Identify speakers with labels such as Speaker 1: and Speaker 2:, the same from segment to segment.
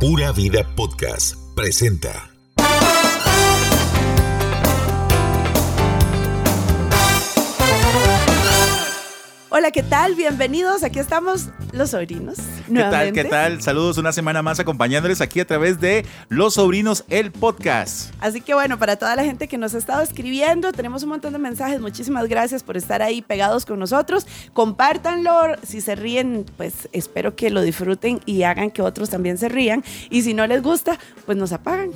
Speaker 1: Pura Vida Podcast presenta.
Speaker 2: Hola, ¿qué tal? Bienvenidos. Aquí estamos los sobrinos. Nuevamente.
Speaker 3: ¿Qué tal? ¿Qué tal? Saludos una semana más acompañándoles aquí a través de Los Sobrinos, el podcast.
Speaker 2: Así que bueno, para toda la gente que nos ha estado escribiendo, tenemos un montón de mensajes. Muchísimas gracias por estar ahí pegados con nosotros. Compártanlo. Si se ríen, pues espero que lo disfruten y hagan que otros también se rían. Y si no les gusta, pues nos apagan.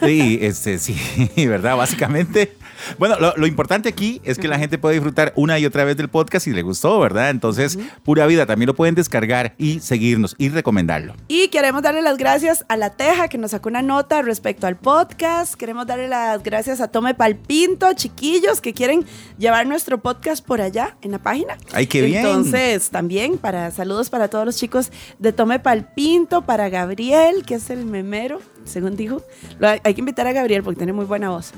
Speaker 3: Sí, este, sí, ¿verdad? Básicamente. Bueno, lo, lo importante aquí es que la gente puede disfrutar una y otra vez del podcast si le gustó, ¿verdad? Entonces, pura vida. También lo pueden descargar y seguirnos y recomendarlo.
Speaker 2: Y queremos darle las gracias a La Teja que nos sacó una nota respecto al podcast. Queremos darle las gracias a Tome Palpinto, chiquillos que quieren llevar nuestro podcast por allá en la página.
Speaker 3: ¡Ay, qué bien!
Speaker 2: Entonces, también para saludos para todos los chicos de Tome Palpinto, para Gabriel, que es el memero, según dijo. Lo hay, hay que invitar a Gabriel porque tiene muy buena voz.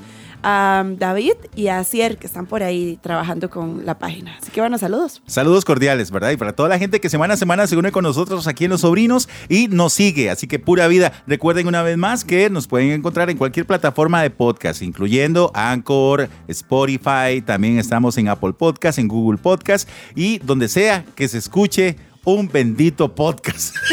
Speaker 2: A David y a Cier, que están por ahí trabajando con la página. Así que bueno, saludos.
Speaker 3: Saludos cordiales, ¿verdad? Y para toda la gente que semana a semana se une con nosotros aquí en Los Sobrinos y nos sigue. Así que pura vida. Recuerden una vez más que nos pueden encontrar en cualquier plataforma de podcast, incluyendo Anchor, Spotify, también estamos en Apple Podcast, en Google Podcast y donde sea que se escuche un bendito podcast.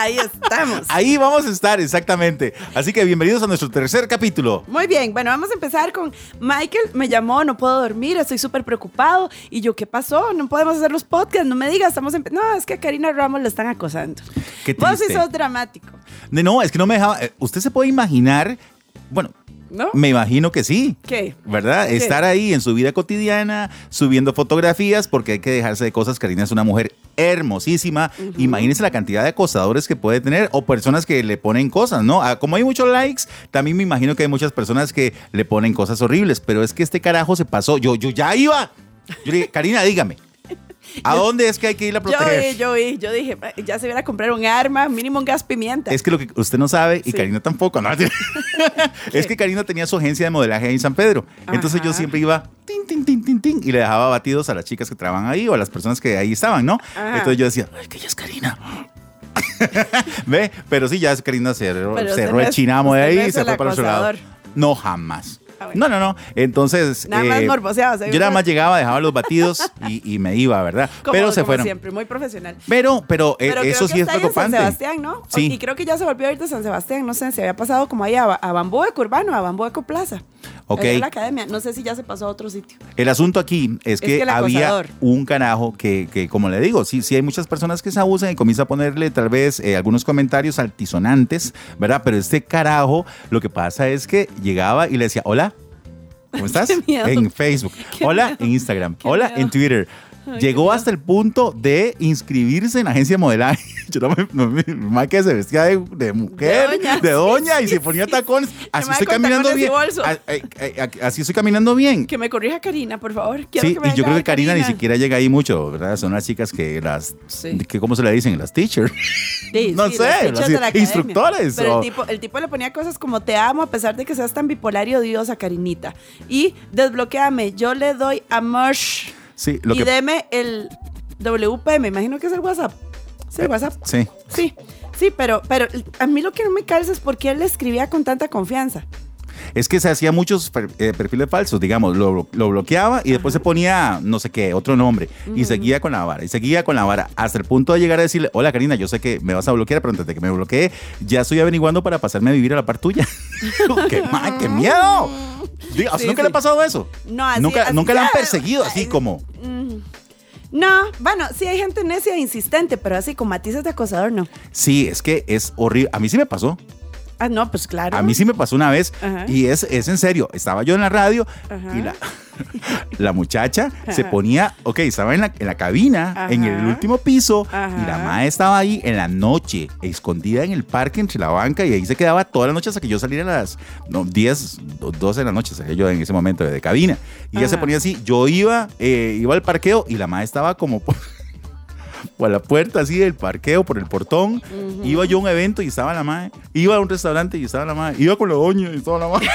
Speaker 2: Ahí estamos.
Speaker 3: Ahí vamos a estar, exactamente. Así que bienvenidos a nuestro tercer capítulo.
Speaker 2: Muy bien, bueno, vamos a empezar con Michael me llamó, no puedo dormir, estoy súper preocupado. Y yo, ¿qué pasó? No podemos hacer los podcasts, no me digas, estamos en... No, es que a Karina Ramos la están acosando.
Speaker 3: Qué
Speaker 2: Vos sí
Speaker 3: triste.
Speaker 2: sos dramático,
Speaker 3: No, No, es que no me dejaba. eh, Usted se puede imaginar, bueno,
Speaker 2: ¿no?
Speaker 3: me imagino que sí.
Speaker 2: ¿Qué?
Speaker 3: ¿Verdad?
Speaker 2: ¿Qué?
Speaker 3: Estar ahí en su vida cotidiana, subiendo fotografías, porque hay que dejarse de cosas. Karina es una mujer hermosísima. Imagínense la cantidad de acosadores que puede tener o personas que le ponen cosas, ¿no? Ah, Como hay muchos likes, también me imagino que hay muchas personas que le ponen cosas horribles, pero es que este carajo se pasó. Yo, yo ya iba. Yo le dije, Karina, dígame. ¿A dónde es que hay que ir a
Speaker 2: Yo eh,
Speaker 3: proteger?
Speaker 2: vi, yo vi, yo dije, ya se hubiera a comprar un arma, mínimo un gas pimienta.
Speaker 3: Es que lo que usted no sabe,
Speaker 2: Sí.
Speaker 3: y Karina tampoco, ¿no? es que Karina tenía su agencia de modelaje en San Pedro. Entonces yo
Speaker 2: Ajá.
Speaker 3: siempre iba tin, tin, tin, tin, tin, y le dejaba batidos a las chicas que trabajan ahí o a las personas que ahí estaban, ¿no?
Speaker 2: Ajá.
Speaker 3: Entonces yo decía, ay, que ella es Karina. ¿Ve? Pero sí, ya es Karina cerró,
Speaker 2: Pero usted
Speaker 3: cerró
Speaker 2: no
Speaker 3: el
Speaker 2: es-
Speaker 3: chinamo de
Speaker 2: usted
Speaker 3: ahí
Speaker 2: no
Speaker 3: y
Speaker 2: es
Speaker 3: se
Speaker 2: el
Speaker 3: fue para otro lado.
Speaker 2: acosador.
Speaker 3: No, jamás.
Speaker 2: Ah, bueno.
Speaker 3: No, no, no. Entonces. eh,
Speaker 2: Nada más morboseaba, seguro.
Speaker 3: Yo nada más llegaba, dejaba los batidos y, y me iba, ¿verdad?
Speaker 2: como,
Speaker 3: pero se
Speaker 2: como
Speaker 3: fueron.
Speaker 2: siempre, muy profesional.
Speaker 3: Pero, pero, eh,
Speaker 2: Pero creo
Speaker 3: eso
Speaker 2: que
Speaker 3: sí es
Speaker 2: está ahí en
Speaker 3: preocupante.
Speaker 2: San Sebastián, ¿no?
Speaker 3: Sí.
Speaker 2: Y creo que ya se volvió a ir de San Sebastián, no sé, se había pasado como ahí a, a Bambueco Urbano, a Bambueco Plaza.
Speaker 3: Ok.
Speaker 2: Ahí en la academia, no sé si ya se pasó a otro sitio.
Speaker 3: El asunto aquí es
Speaker 2: Es
Speaker 3: que,
Speaker 2: que el
Speaker 3: había
Speaker 2: acosador.
Speaker 3: un carajo que, que, como le digo, sí, sí hay muchas personas que se abusan y comienza a ponerle tal vez eh, algunos comentarios altisonantes, ¿verdad? Pero este carajo lo que pasa es que llegaba y le decía, hola, ¿cómo estás?
Speaker 2: Qué miedo.
Speaker 3: En Facebook,
Speaker 2: Qué
Speaker 3: hola
Speaker 2: miedo.
Speaker 3: en Instagram,
Speaker 2: Qué
Speaker 3: hola
Speaker 2: miedo.
Speaker 3: en Twitter.
Speaker 2: Ay, qué
Speaker 3: Llegó
Speaker 2: miedo.
Speaker 3: hasta el punto de inscribirse en la agencia de modelaje. Yo no me, no me- ma que se vestía de, de mujer,
Speaker 2: De
Speaker 3: de
Speaker 2: doña,
Speaker 3: doña,
Speaker 2: sí,
Speaker 3: y
Speaker 2: sí,
Speaker 3: se ponía
Speaker 2: sí.
Speaker 3: tacones. Así
Speaker 2: ma
Speaker 3: estoy
Speaker 2: con
Speaker 3: caminando
Speaker 2: tacones y
Speaker 3: bien.
Speaker 2: bolso.
Speaker 3: A- a- a- Así estoy caminando bien.
Speaker 2: Que me corrija Karina, por favor. Quiero
Speaker 3: sí,
Speaker 2: que me
Speaker 3: y
Speaker 2: vaya
Speaker 3: yo creo
Speaker 2: a
Speaker 3: que Karina, ni
Speaker 2: Karina.
Speaker 3: siquiera llega ahí mucho, ¿verdad? Son las chicas que las,
Speaker 2: Sí.
Speaker 3: que, ¿cómo se le dicen? Las teachers.
Speaker 2: Sí,
Speaker 3: no
Speaker 2: sí,
Speaker 3: sé,
Speaker 2: los hechos
Speaker 3: los
Speaker 2: de la academia.
Speaker 3: instructores,
Speaker 2: Pero el
Speaker 3: o-
Speaker 2: tipo, el tipo le ponía cosas como te amo a pesar de que seas tan bipolar y odiosa, Karinita. Y desbloqueame, yo le doy a Mush
Speaker 3: Sí, lo
Speaker 2: y
Speaker 3: que...
Speaker 2: deme el WP, me imagino que es el WhatsApp. ¿Es
Speaker 3: Eh.
Speaker 2: el WhatsApp?
Speaker 3: Sí.
Speaker 2: Sí, sí, pero, pero a mí lo que no me calza es por qué él le escribía con tanta confianza.
Speaker 3: Es que se hacía muchos per- eh, perfiles falsos, digamos. Lo, lo bloqueaba y después se ponía, no sé qué, otro nombre. Y seguía con la vara. Y seguía con la vara. Hasta el punto de llegar a decirle, hola Karina, yo sé que me vas a bloquear, pero antes de que me bloquee, ya estoy averiguando para pasarme a vivir a la par tuya. ¡Qué mal, qué miedo! Digo, ¿a usted
Speaker 2: Sí, sí.
Speaker 3: ¿Nunca le ha pasado eso?
Speaker 2: No, así-
Speaker 3: Nunca,
Speaker 2: así- mm.
Speaker 3: nunca la han perseguido así como...
Speaker 2: No, bueno, sí hay gente necia e insistente, pero así con matices de acosador no.
Speaker 3: Sí, es que es horrible. A mí sí me pasó.
Speaker 2: Ah, no, pues claro.
Speaker 3: A mí sí me pasó una vez
Speaker 2: Ajá.
Speaker 3: y es, es en serio. Estaba yo en la radio
Speaker 2: Ajá.
Speaker 3: y la, la muchacha se
Speaker 2: Ajá.
Speaker 3: ponía, ok, estaba en la, en la cabina, en el
Speaker 2: Ajá.
Speaker 3: último piso y la
Speaker 2: Ajá.
Speaker 3: madre estaba ahí en la noche, escondida en el parque entre la banca y ahí se quedaba toda la noche hasta que yo saliera a las no, 10, do- 12 de la noche, salía yo en ese momento de cabina. Y ella se
Speaker 2: Ajá.
Speaker 3: ponía así, yo iba, eh, iba al parqueo y la madre estaba como... por- por la puerta así del parqueo, por el portón. Iba yo a un evento y estaba la madre. Iba a un restaurante y estaba la madre. Iba con la doña y estaba la madre.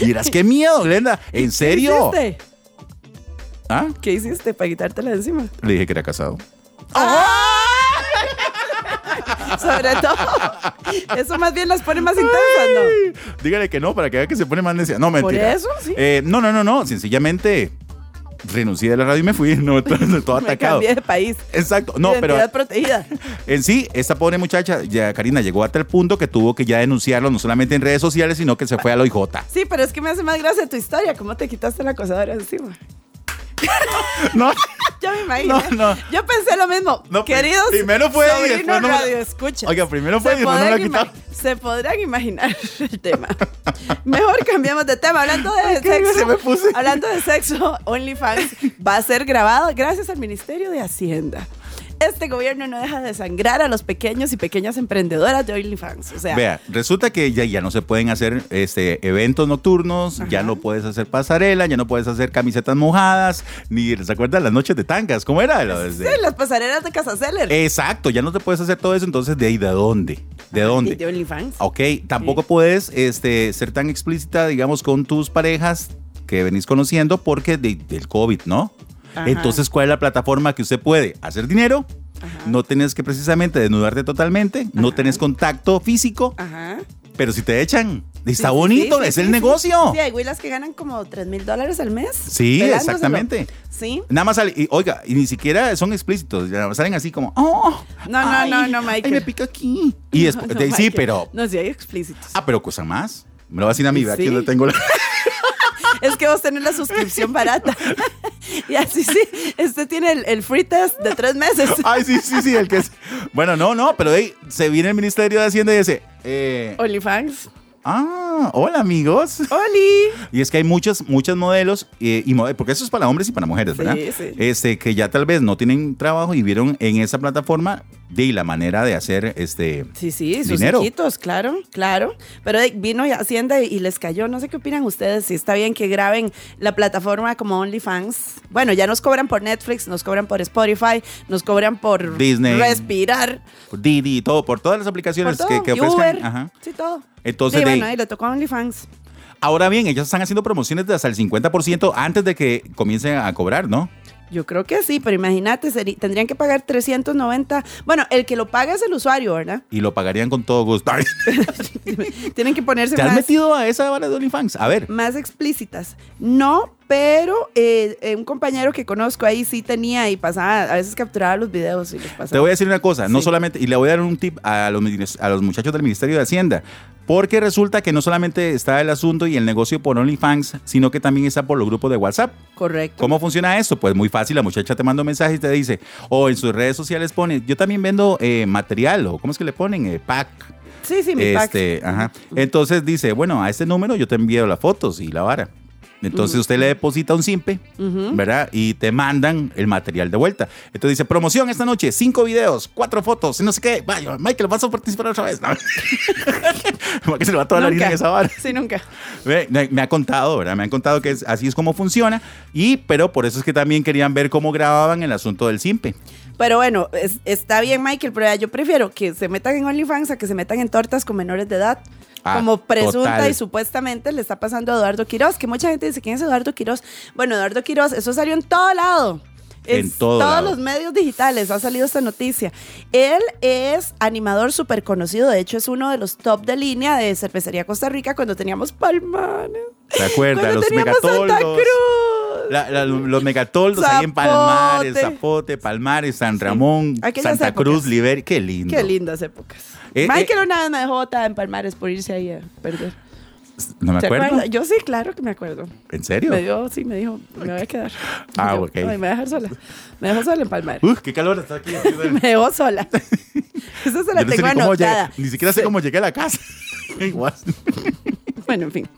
Speaker 3: Miras, qué miedo, Glenda. ¿En serio?
Speaker 2: ¿Qué hiciste?
Speaker 3: ¿Ah?
Speaker 2: ¿Qué hiciste para quitártela de encima?
Speaker 3: ¡Ah! Le dije que era casado.
Speaker 2: sobre todo. Eso más bien las pone más intensas,
Speaker 3: Dígale que no, para que vea que se pone más necia. No, mentira.
Speaker 2: eso, sí.
Speaker 3: Eh, no, no, no, no. Sencillamente renuncié de la radio y me fui. No, todo, todo
Speaker 2: ¿no? Me
Speaker 3: atacado.
Speaker 2: cambié de país.
Speaker 3: Exacto. No, pero
Speaker 2: Identidad protegida.
Speaker 3: en sí, esta pobre muchacha, ya Karina, llegó hasta el punto que tuvo que ya denunciarlo, no solamente en redes sociales, sino que se fue a la OIJ.
Speaker 2: Sí, pero es que me hace más gracia tu historia. ¿Cómo te quitaste la acosadora encima?
Speaker 3: No.
Speaker 2: Yo me imagino.
Speaker 3: No, no.
Speaker 2: Yo pensé lo mismo.
Speaker 3: No, pri-
Speaker 2: Queridos
Speaker 3: primero fue y
Speaker 2: sobrinos
Speaker 3: después no me la-
Speaker 2: radioescuchas,
Speaker 3: Oiga, primero fue
Speaker 2: se
Speaker 3: y después no me la
Speaker 2: podrán ima- Se podrán imaginar el tema. Mejor cambiamos de tema. Hablando de sexo.
Speaker 3: se me puse.
Speaker 2: Hablando de sexo, OnlyFans va a ser grabado gracias al Ministerio de Hacienda. Este gobierno no deja de sangrar a los pequeños y pequeñas emprendedoras de OnlyFans. O sea,
Speaker 3: Vea, resulta que ya, ya no se pueden hacer este, eventos nocturnos, ya
Speaker 2: Ajá.
Speaker 3: no puedes hacer pasarela, ya no puedes hacer camisetas mojadas, ni se acuerdan las noches de tangas, ¿cómo era? Lo de-
Speaker 2: sí, las pasarelas de Casa Celer.
Speaker 3: Eh, Exacto, ya no te puedes hacer todo eso, entonces de ahí, ¿de dónde? ¿De
Speaker 2: Ah, Y de
Speaker 3: dónde? Ah,
Speaker 2: OnlyFans.
Speaker 3: Ok, tampoco puedes este, ser tan explícita, digamos, con tus parejas que venís conociendo porque de- del COVID, ¿no?
Speaker 2: Ajá.
Speaker 3: Entonces, ¿cuál es la plataforma que usted puede hacer dinero?
Speaker 2: Ajá.
Speaker 3: No tenés que precisamente desnudarte totalmente, no
Speaker 2: Ah. Ajá.
Speaker 3: tenés contacto físico,
Speaker 2: Ajá.
Speaker 3: pero si te echan, está
Speaker 2: Sí, sí,
Speaker 3: bonito,
Speaker 2: sí, sí,
Speaker 3: es
Speaker 2: sí,
Speaker 3: el
Speaker 2: sí.
Speaker 3: negocio.
Speaker 2: Sí, hay huilas que ganan como 3 mil dólares al mes.
Speaker 3: Sí,
Speaker 2: pelándoselo.
Speaker 3: exactamente.
Speaker 2: Sí.
Speaker 3: Nada más sale, y, oiga, y ni siquiera son explícitos, ya salen así como, oh,
Speaker 2: No, no, no, no, Michael.
Speaker 3: ay, me pica aquí. Y
Speaker 2: No,
Speaker 3: después,
Speaker 2: no,
Speaker 3: de- sí,
Speaker 2: Michael.
Speaker 3: pero,
Speaker 2: No, sí, hay explícitos.
Speaker 3: ah, pero cosa más. Me lo va a decir a mí, vea,
Speaker 2: Sí.
Speaker 3: aquí le tengo la...
Speaker 2: Es que vos tenés la suscripción barata. y así sí, este tiene el, el free test de tres meses.
Speaker 3: Ay, sí, sí, sí, el que es... Bueno, no, no, pero ey, se viene el Ministerio de Hacienda y dice, eh,
Speaker 2: OnlyFans.
Speaker 3: ah, hola amigos.
Speaker 2: ¡Oli!
Speaker 3: Y es que hay muchas, muchas modelos, eh, y mode- porque eso es para hombres y para mujeres,
Speaker 2: Sí,
Speaker 3: ¿verdad?
Speaker 2: sí.
Speaker 3: Este, que ya tal vez no tienen trabajo y vieron en esa plataforma de la manera de hacer este.
Speaker 2: Sí, sí, sus
Speaker 3: Dinero.
Speaker 2: hijitos, claro, claro. Pero eh, vino y Hacienda y, y les cayó. No sé qué opinan ustedes. Si está bien que graben la plataforma como OnlyFans. Bueno, ya nos cobran por Netflix, nos cobran por Spotify, nos cobran por
Speaker 3: Disney.
Speaker 2: respirar.
Speaker 3: por Didi y todo, por todas las
Speaker 2: Por
Speaker 3: aplicaciones
Speaker 2: todo.
Speaker 3: que, que
Speaker 2: y
Speaker 3: ofrezcan.
Speaker 2: Uber,
Speaker 3: Ajá.
Speaker 2: sí, todo.
Speaker 3: Entonces,
Speaker 2: sí,
Speaker 3: de-
Speaker 2: bueno, ahí le tocó a OnlyFans.
Speaker 3: ahora bien, ellos están haciendo promociones de hasta el 50% antes de que comiencen a cobrar, ¿no?
Speaker 2: Yo creo que sí, pero imagínate, seri- tendrían que pagar 390. Bueno, el que lo paga es el usuario, ¿verdad?
Speaker 3: Y lo pagarían con todo gusto. Ay,
Speaker 2: Tienen que ponerse
Speaker 3: ¿Te has
Speaker 2: más,
Speaker 3: metido a esa vara de OnlyFans? A ver.
Speaker 2: más explícitas. No, pero eh, eh, un compañero que conozco ahí sí tenía y pasaba, a veces capturaba los videos y los pasaba.
Speaker 3: Te voy a decir una cosa, no
Speaker 2: Sí.
Speaker 3: solamente, y le voy a dar un tip a los, minis- a los muchachos del Ministerio de Hacienda, porque resulta que no solamente está el asunto y el negocio por OnlyFans, sino que también está por los grupos de WhatsApp.
Speaker 2: Correcto.
Speaker 3: ¿Cómo funciona esto? Pues muy fácil, la muchacha te manda un mensaje y te dice, o en sus redes sociales pone, yo también vendo eh, material, o ¿cómo es que le ponen? Eh, pack.
Speaker 2: Sí, sí, mi
Speaker 3: Este,
Speaker 2: pack.
Speaker 3: ajá. Entonces dice, bueno, a este número yo te envío las fotos y la vara. Entonces usted le deposita un simpe,
Speaker 2: Ujú.
Speaker 3: ¿verdad? Y te mandan el material de vuelta. Entonces dice, promoción esta noche, cinco videos, cuatro fotos, y no sé qué. Vaya, Michael, vas a participar otra vez. Porque se le va toda la
Speaker 2: Nunca.
Speaker 3: harina en esa vara.
Speaker 2: Sí, nunca.
Speaker 3: Ve, Me, me ha contado, ¿verdad? Me han contado que es- así es como funciona. Y, pero por eso es que también querían ver cómo grababan el asunto del simpe.
Speaker 2: Pero bueno, es- está bien, Michael, pero ya yo prefiero que se metan en OnlyFans a que se metan en tortas con menores de edad.
Speaker 3: Ah,
Speaker 2: como presunta
Speaker 3: total.
Speaker 2: y supuestamente le está pasando a Eduardo Quirós, que mucha gente dice, ¿quién es Eduardo Quirós? Bueno, Eduardo Quirós, eso salió en todo lado.
Speaker 3: En todo
Speaker 2: todos
Speaker 3: lado.
Speaker 2: los medios digitales ha salido esta noticia. Él es animador súper conocido, de hecho es uno de los top de línea de Cervecería Costa Rica cuando teníamos Palmanes.
Speaker 3: ¿Se acuerda?
Speaker 2: cuando
Speaker 3: Los
Speaker 2: teníamos Santa
Speaker 3: megatoldos.
Speaker 2: Cruz.
Speaker 3: La- la- los megatoldos ahí en Palmares,
Speaker 2: Zapote.
Speaker 3: Zapote, Palmares, San Ramón,
Speaker 2: Aquellas
Speaker 3: Santa
Speaker 2: épocas.
Speaker 3: Cruz, Liber, qué lindo.
Speaker 2: Qué lindas épocas.
Speaker 3: Eh,
Speaker 2: Michael una vez me dejó botada en Palmares por irse ahí a perder.
Speaker 3: No me
Speaker 2: ¿Se
Speaker 3: acuerdo.
Speaker 2: acuerda? Yo sí, claro que me acuerdo.
Speaker 3: ¿En serio?
Speaker 2: Me dio, sí, me dijo, me voy a quedar.
Speaker 3: Ah,
Speaker 2: Y yo,
Speaker 3: ok.
Speaker 2: "Ay, me voy a dejar sola. Me dejó sola en Palmares.
Speaker 3: Uf, qué calor está aquí.
Speaker 2: Me dejó sola. Eso se
Speaker 3: Yo
Speaker 2: la
Speaker 3: no sé
Speaker 2: tengo
Speaker 3: ni, cómo
Speaker 2: anotada.
Speaker 3: llegué- ni siquiera sé cómo llegué a la casa. Igual.
Speaker 2: Bueno, en fin.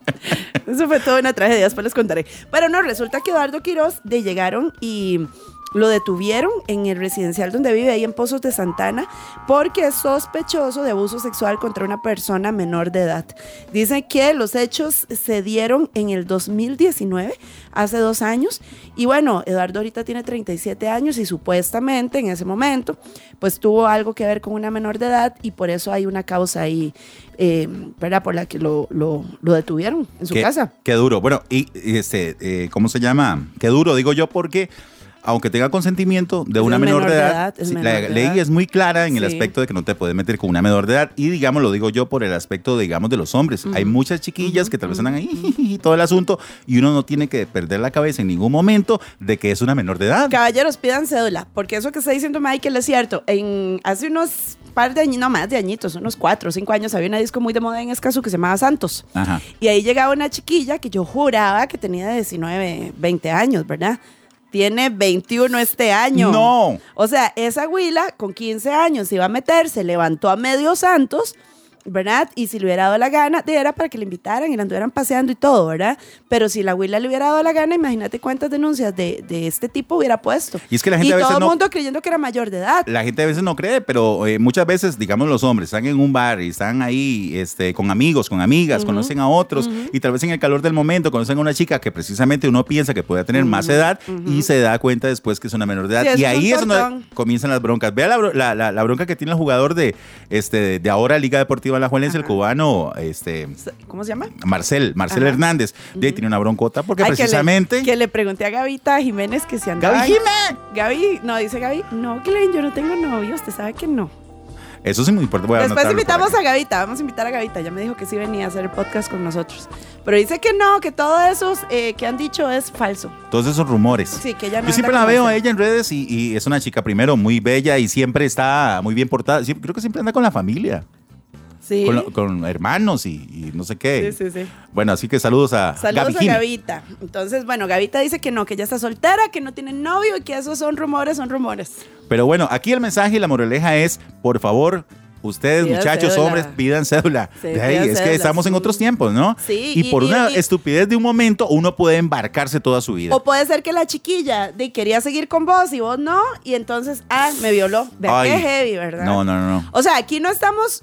Speaker 2: Eso fue toda una tragedia, después pues les contaré. Pero no, resulta que Eduardo Quirós de llegaron y lo detuvieron en el residencial donde vive, ahí en Pozos de Santana, porque es sospechoso de abuso sexual contra una persona menor de edad. Dicen que los hechos se dieron en el 2019, hace dos años, y bueno, Eduardo ahorita tiene 37 años y supuestamente en ese momento, pues tuvo algo que ver con una menor de edad y por eso hay una causa ahí, eh, ¿verdad? Por la que lo, lo- lo detuvieron en su
Speaker 3: qué,
Speaker 2: casa.
Speaker 3: Qué duro. Bueno, y y este, eh, ¿cómo se llama? Qué duro, digo yo, porque aunque tenga consentimiento de una
Speaker 2: un
Speaker 3: menor, de edad,
Speaker 2: es
Speaker 3: sí,
Speaker 2: menor
Speaker 3: la
Speaker 2: de
Speaker 3: ley
Speaker 2: edad.
Speaker 3: es muy clara en el
Speaker 2: Sí.
Speaker 3: aspecto de que no te puedes meter con una menor de edad. Y digamos, lo digo yo por el aspecto, digamos, de los hombres. Hay muchas chiquillas que tal vez andan ahí y todo el asunto y uno no tiene que perder la cabeza en ningún momento de que es una menor de edad.
Speaker 2: Caballeros, pidan cédula, porque eso que está diciendo Michael es cierto. En, hace unos par de años, no más de añitos, unos cuatro o cinco años, había una disco muy de moda en Escazú que se llamaba Santos.
Speaker 3: Ajá.
Speaker 2: Y ahí llegaba una chiquilla que yo juraba que tenía 19, 20 años, ¿verdad? Tiene 21 este año.
Speaker 3: No.
Speaker 2: O sea, esa huila con 15 años se iba a meter, se levantó a medio santos, ¿verdad? Y si le hubiera dado la gana, de- era para que le invitaran y la anduvieran paseando y todo, ¿verdad? Pero si la huila le hubiera dado la gana, imagínate cuántas denuncias de, de este tipo hubiera puesto.
Speaker 3: Y es que la gente a veces
Speaker 2: todo el
Speaker 3: no- Eh.
Speaker 2: mundo creyendo que era mayor de edad.
Speaker 3: la gente a veces no cree, pero eh, muchas veces, digamos, los hombres están en un bar y están ahí este, con amigos, con amigas, conocen a otros y tal vez en el calor del momento conocen a una chica que precisamente uno piensa que puede tener más edad y se da cuenta después que es una menor de edad.
Speaker 2: Sí, eso
Speaker 3: y
Speaker 2: es un
Speaker 3: ahí es donde
Speaker 2: tortón.
Speaker 3: comienzan las broncas. Vea la, bro- la- la- la bronca que tiene el jugador de, este, de ahora Liga Deportiva La el
Speaker 2: Ajá.
Speaker 3: cubano, este,
Speaker 2: ¿Cómo se llama?
Speaker 3: Marcel, Marcel
Speaker 2: Ajá.
Speaker 3: Hernández. De ahí tiene una broncota porque
Speaker 2: Ay, que le-
Speaker 3: precisamente...
Speaker 2: Que le, pregunté a Gavita Jiménez que si andaba.
Speaker 3: ¡Gaby Jiménez!
Speaker 2: Gaby, no, dice Gaby, no, Glenn, yo no tengo novio, usted sabe que no.
Speaker 3: Eso sí es muy importante. voy a
Speaker 2: Después
Speaker 3: anotarlo por
Speaker 2: invitamos
Speaker 3: aquí.
Speaker 2: a Gavita, vamos a invitar a Gavita, ya me dijo que sí venía a hacer el podcast con nosotros. Pero dice que no, que todo eso eh, que han dicho es falso.
Speaker 3: Todos esos rumores.
Speaker 2: Sí, que ella no
Speaker 3: Yo siempre
Speaker 2: anda
Speaker 3: la
Speaker 2: con
Speaker 3: veo a
Speaker 2: ese.
Speaker 3: ella en redes y, y es una chica, primero, muy bella y siempre está muy bien portada. Siempre- creo que siempre anda con la familia,
Speaker 2: Sí,
Speaker 3: con, lo- con hermanos y, y no sé qué.
Speaker 2: sí, sí, sí.
Speaker 3: Bueno, así que saludos a
Speaker 2: Saludos
Speaker 3: Ah, Gaby Jimé.
Speaker 2: a Gavita. Entonces, bueno, Gavita dice que no, que ella está soltera, que no tiene novio y que esos son rumores, son rumores.
Speaker 3: Pero bueno, aquí el mensaje y la moraleja es, por favor, ustedes,
Speaker 2: Pidan
Speaker 3: muchachos,
Speaker 2: cédula.
Speaker 3: hombres, pidan cédula.
Speaker 2: Sí,
Speaker 3: De ahí,
Speaker 2: pidan
Speaker 3: es que
Speaker 2: cédula,
Speaker 3: estamos en
Speaker 2: sí.
Speaker 3: otros tiempos, ¿no?
Speaker 2: Sí,
Speaker 3: y,
Speaker 2: y-
Speaker 3: por
Speaker 2: y-
Speaker 3: una
Speaker 2: y- Oh,
Speaker 3: estupidez de un momento, uno puede embarcarse toda su vida.
Speaker 2: O puede ser que la chiquilla de quería seguir con vos y vos no, y entonces, ah, me violó. Vea
Speaker 3: Ay.
Speaker 2: qué heavy, ¿verdad?
Speaker 3: No, no, no, no.
Speaker 2: O sea, aquí no estamos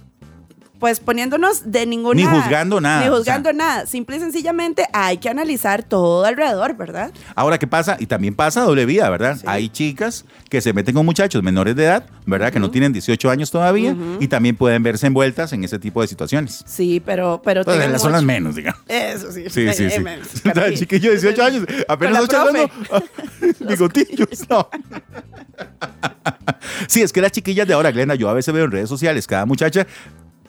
Speaker 2: pues poniéndonos de ninguna...
Speaker 3: Ni juzgando nada,
Speaker 2: Ni juzgando
Speaker 3: o
Speaker 2: nada. Simple y sencillamente hay que analizar todo alrededor, ¿verdad?
Speaker 3: Ahora, ¿qué pasa? Y también pasa doble vida, ¿verdad? Hay chicas que se meten con muchachos menores de edad, ¿verdad? Que no tienen 18 años todavía y también pueden verse envueltas en ese tipo de situaciones.
Speaker 2: Sí, pero... pero
Speaker 3: Entonces,
Speaker 2: tengan
Speaker 3: Pues, las zonas
Speaker 2: mucho-
Speaker 3: menos, digamos.
Speaker 2: Eso sí.
Speaker 3: Sí,
Speaker 2: Eh,
Speaker 3: sí,
Speaker 2: eh,
Speaker 3: sí.
Speaker 2: me-
Speaker 3: O sea, chiquillo de 18 años, apenas
Speaker 2: Con la
Speaker 3: 8 años. Bigotillos, no. sí, es que las chiquillas de ahora, Glenda, yo a veces veo en redes sociales cada muchacha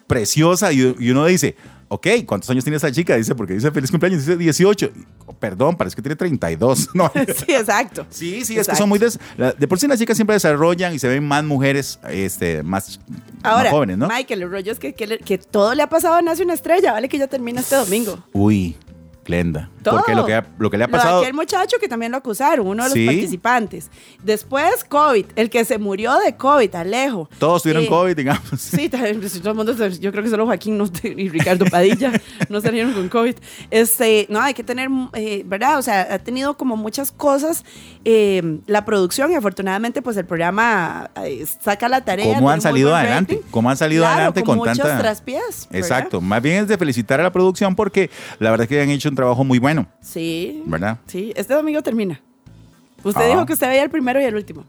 Speaker 3: preciosa y, y uno dice, ok, ¿cuántos años tiene esa chica? Dice, porque dice feliz cumpleaños, dice 18. Y, Perdón, parece que tiene 32. No.
Speaker 2: Sí, exacto.
Speaker 3: Sí, sí, es que
Speaker 2: Exacto.
Speaker 3: son muy... Des, la- de por sí las chicas siempre desarrollan y se ven más mujeres, este, más,
Speaker 2: Ahora,
Speaker 3: más jóvenes, ¿no?
Speaker 2: Michael, el rollo es que, que, le- que todo le ha pasado a Nace una estrella, ¿vale? Que ya termina este domingo.
Speaker 3: Uy, Glenda.
Speaker 2: Todo.
Speaker 3: Porque lo que, ha- lo que le ha
Speaker 2: Lo de
Speaker 3: pasado...
Speaker 2: aquel muchacho que también lo acusaron, uno de los
Speaker 3: Sí.
Speaker 2: participantes. Después, COVID, el que se murió de COVID, Alejo.
Speaker 3: Todos tuvieron
Speaker 2: Eh,
Speaker 3: COVID, digamos.
Speaker 2: Sí, tal- pues, todo el mundo, se- yo creo que solo Joaquín no te- y Ricardo Padilla no salieron con COVID. Este, no, hay que tener, eh, ¿verdad? O sea, ha tenido como muchas cosas eh, la producción y afortunadamente pues el programa eh, saca la tarea.
Speaker 3: ¿Cómo han
Speaker 2: tiene muy
Speaker 3: salido
Speaker 2: buen
Speaker 3: adelante?
Speaker 2: rating.
Speaker 3: ¿Cómo han salido
Speaker 2: Claro,
Speaker 3: adelante con,
Speaker 2: muchos
Speaker 3: tanta...
Speaker 2: traspiés, ¿verdad?
Speaker 3: Exacto. Más bien es de felicitar a la producción porque la verdad es que han hecho un trabajo muy bueno,
Speaker 2: Sí.
Speaker 3: ¿verdad?
Speaker 2: Sí, este domingo termina. Usted
Speaker 3: Ah.
Speaker 2: dijo que usted veía el primero y el último.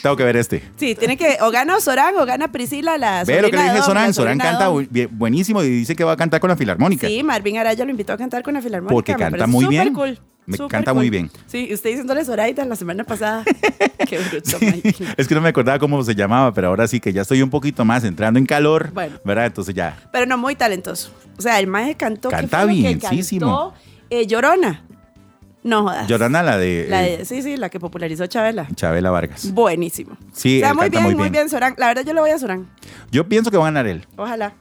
Speaker 3: Tengo que ver este.
Speaker 2: Sí, tiene que, o gana Során o gana Priscila, la sobrina
Speaker 3: Ve lo que
Speaker 2: de
Speaker 3: le dije a
Speaker 2: Dom, la
Speaker 3: Során. Során
Speaker 2: sobrina de
Speaker 3: canta
Speaker 2: Dom.
Speaker 3: bu- bien- buenísimo y dice que va a cantar con la filarmónica.
Speaker 2: Sí, Marvin Araya lo invitó a cantar con la Filarmónica.
Speaker 3: Porque
Speaker 2: me
Speaker 3: canta
Speaker 2: parece
Speaker 3: muy
Speaker 2: súper
Speaker 3: bien.
Speaker 2: cool,
Speaker 3: Me
Speaker 2: súper
Speaker 3: canta muy bien.
Speaker 2: Sí, y usted diciéndole Zoraida la semana pasada. Qué bruto,
Speaker 3: Sí,
Speaker 2: Mike.
Speaker 3: es que no me acordaba cómo se llamaba, pero ahora sí que ya estoy un poquito más entrando en calor,
Speaker 2: Bueno.
Speaker 3: ¿verdad? Entonces ya.
Speaker 2: Pero no, muy talentoso. O sea, el maje cantó. ¿qué
Speaker 3: Canta
Speaker 2: fue lo que
Speaker 3: bienísimo.
Speaker 2: cantó? Eh, Llorona. No jodas.
Speaker 3: Llorana la de,
Speaker 2: La
Speaker 3: eh,
Speaker 2: de- sí, sí, la que popularizó Chabela.
Speaker 3: Chabela Vargas.
Speaker 2: Buenísimo.
Speaker 3: Sí,
Speaker 2: o sea,
Speaker 3: él
Speaker 2: muy
Speaker 3: canta
Speaker 2: bien,
Speaker 3: muy
Speaker 2: muy
Speaker 3: bien.
Speaker 2: bien, Során. La verdad, yo le voy a Során.
Speaker 3: Yo pienso que va a ganar él.
Speaker 2: Ojalá.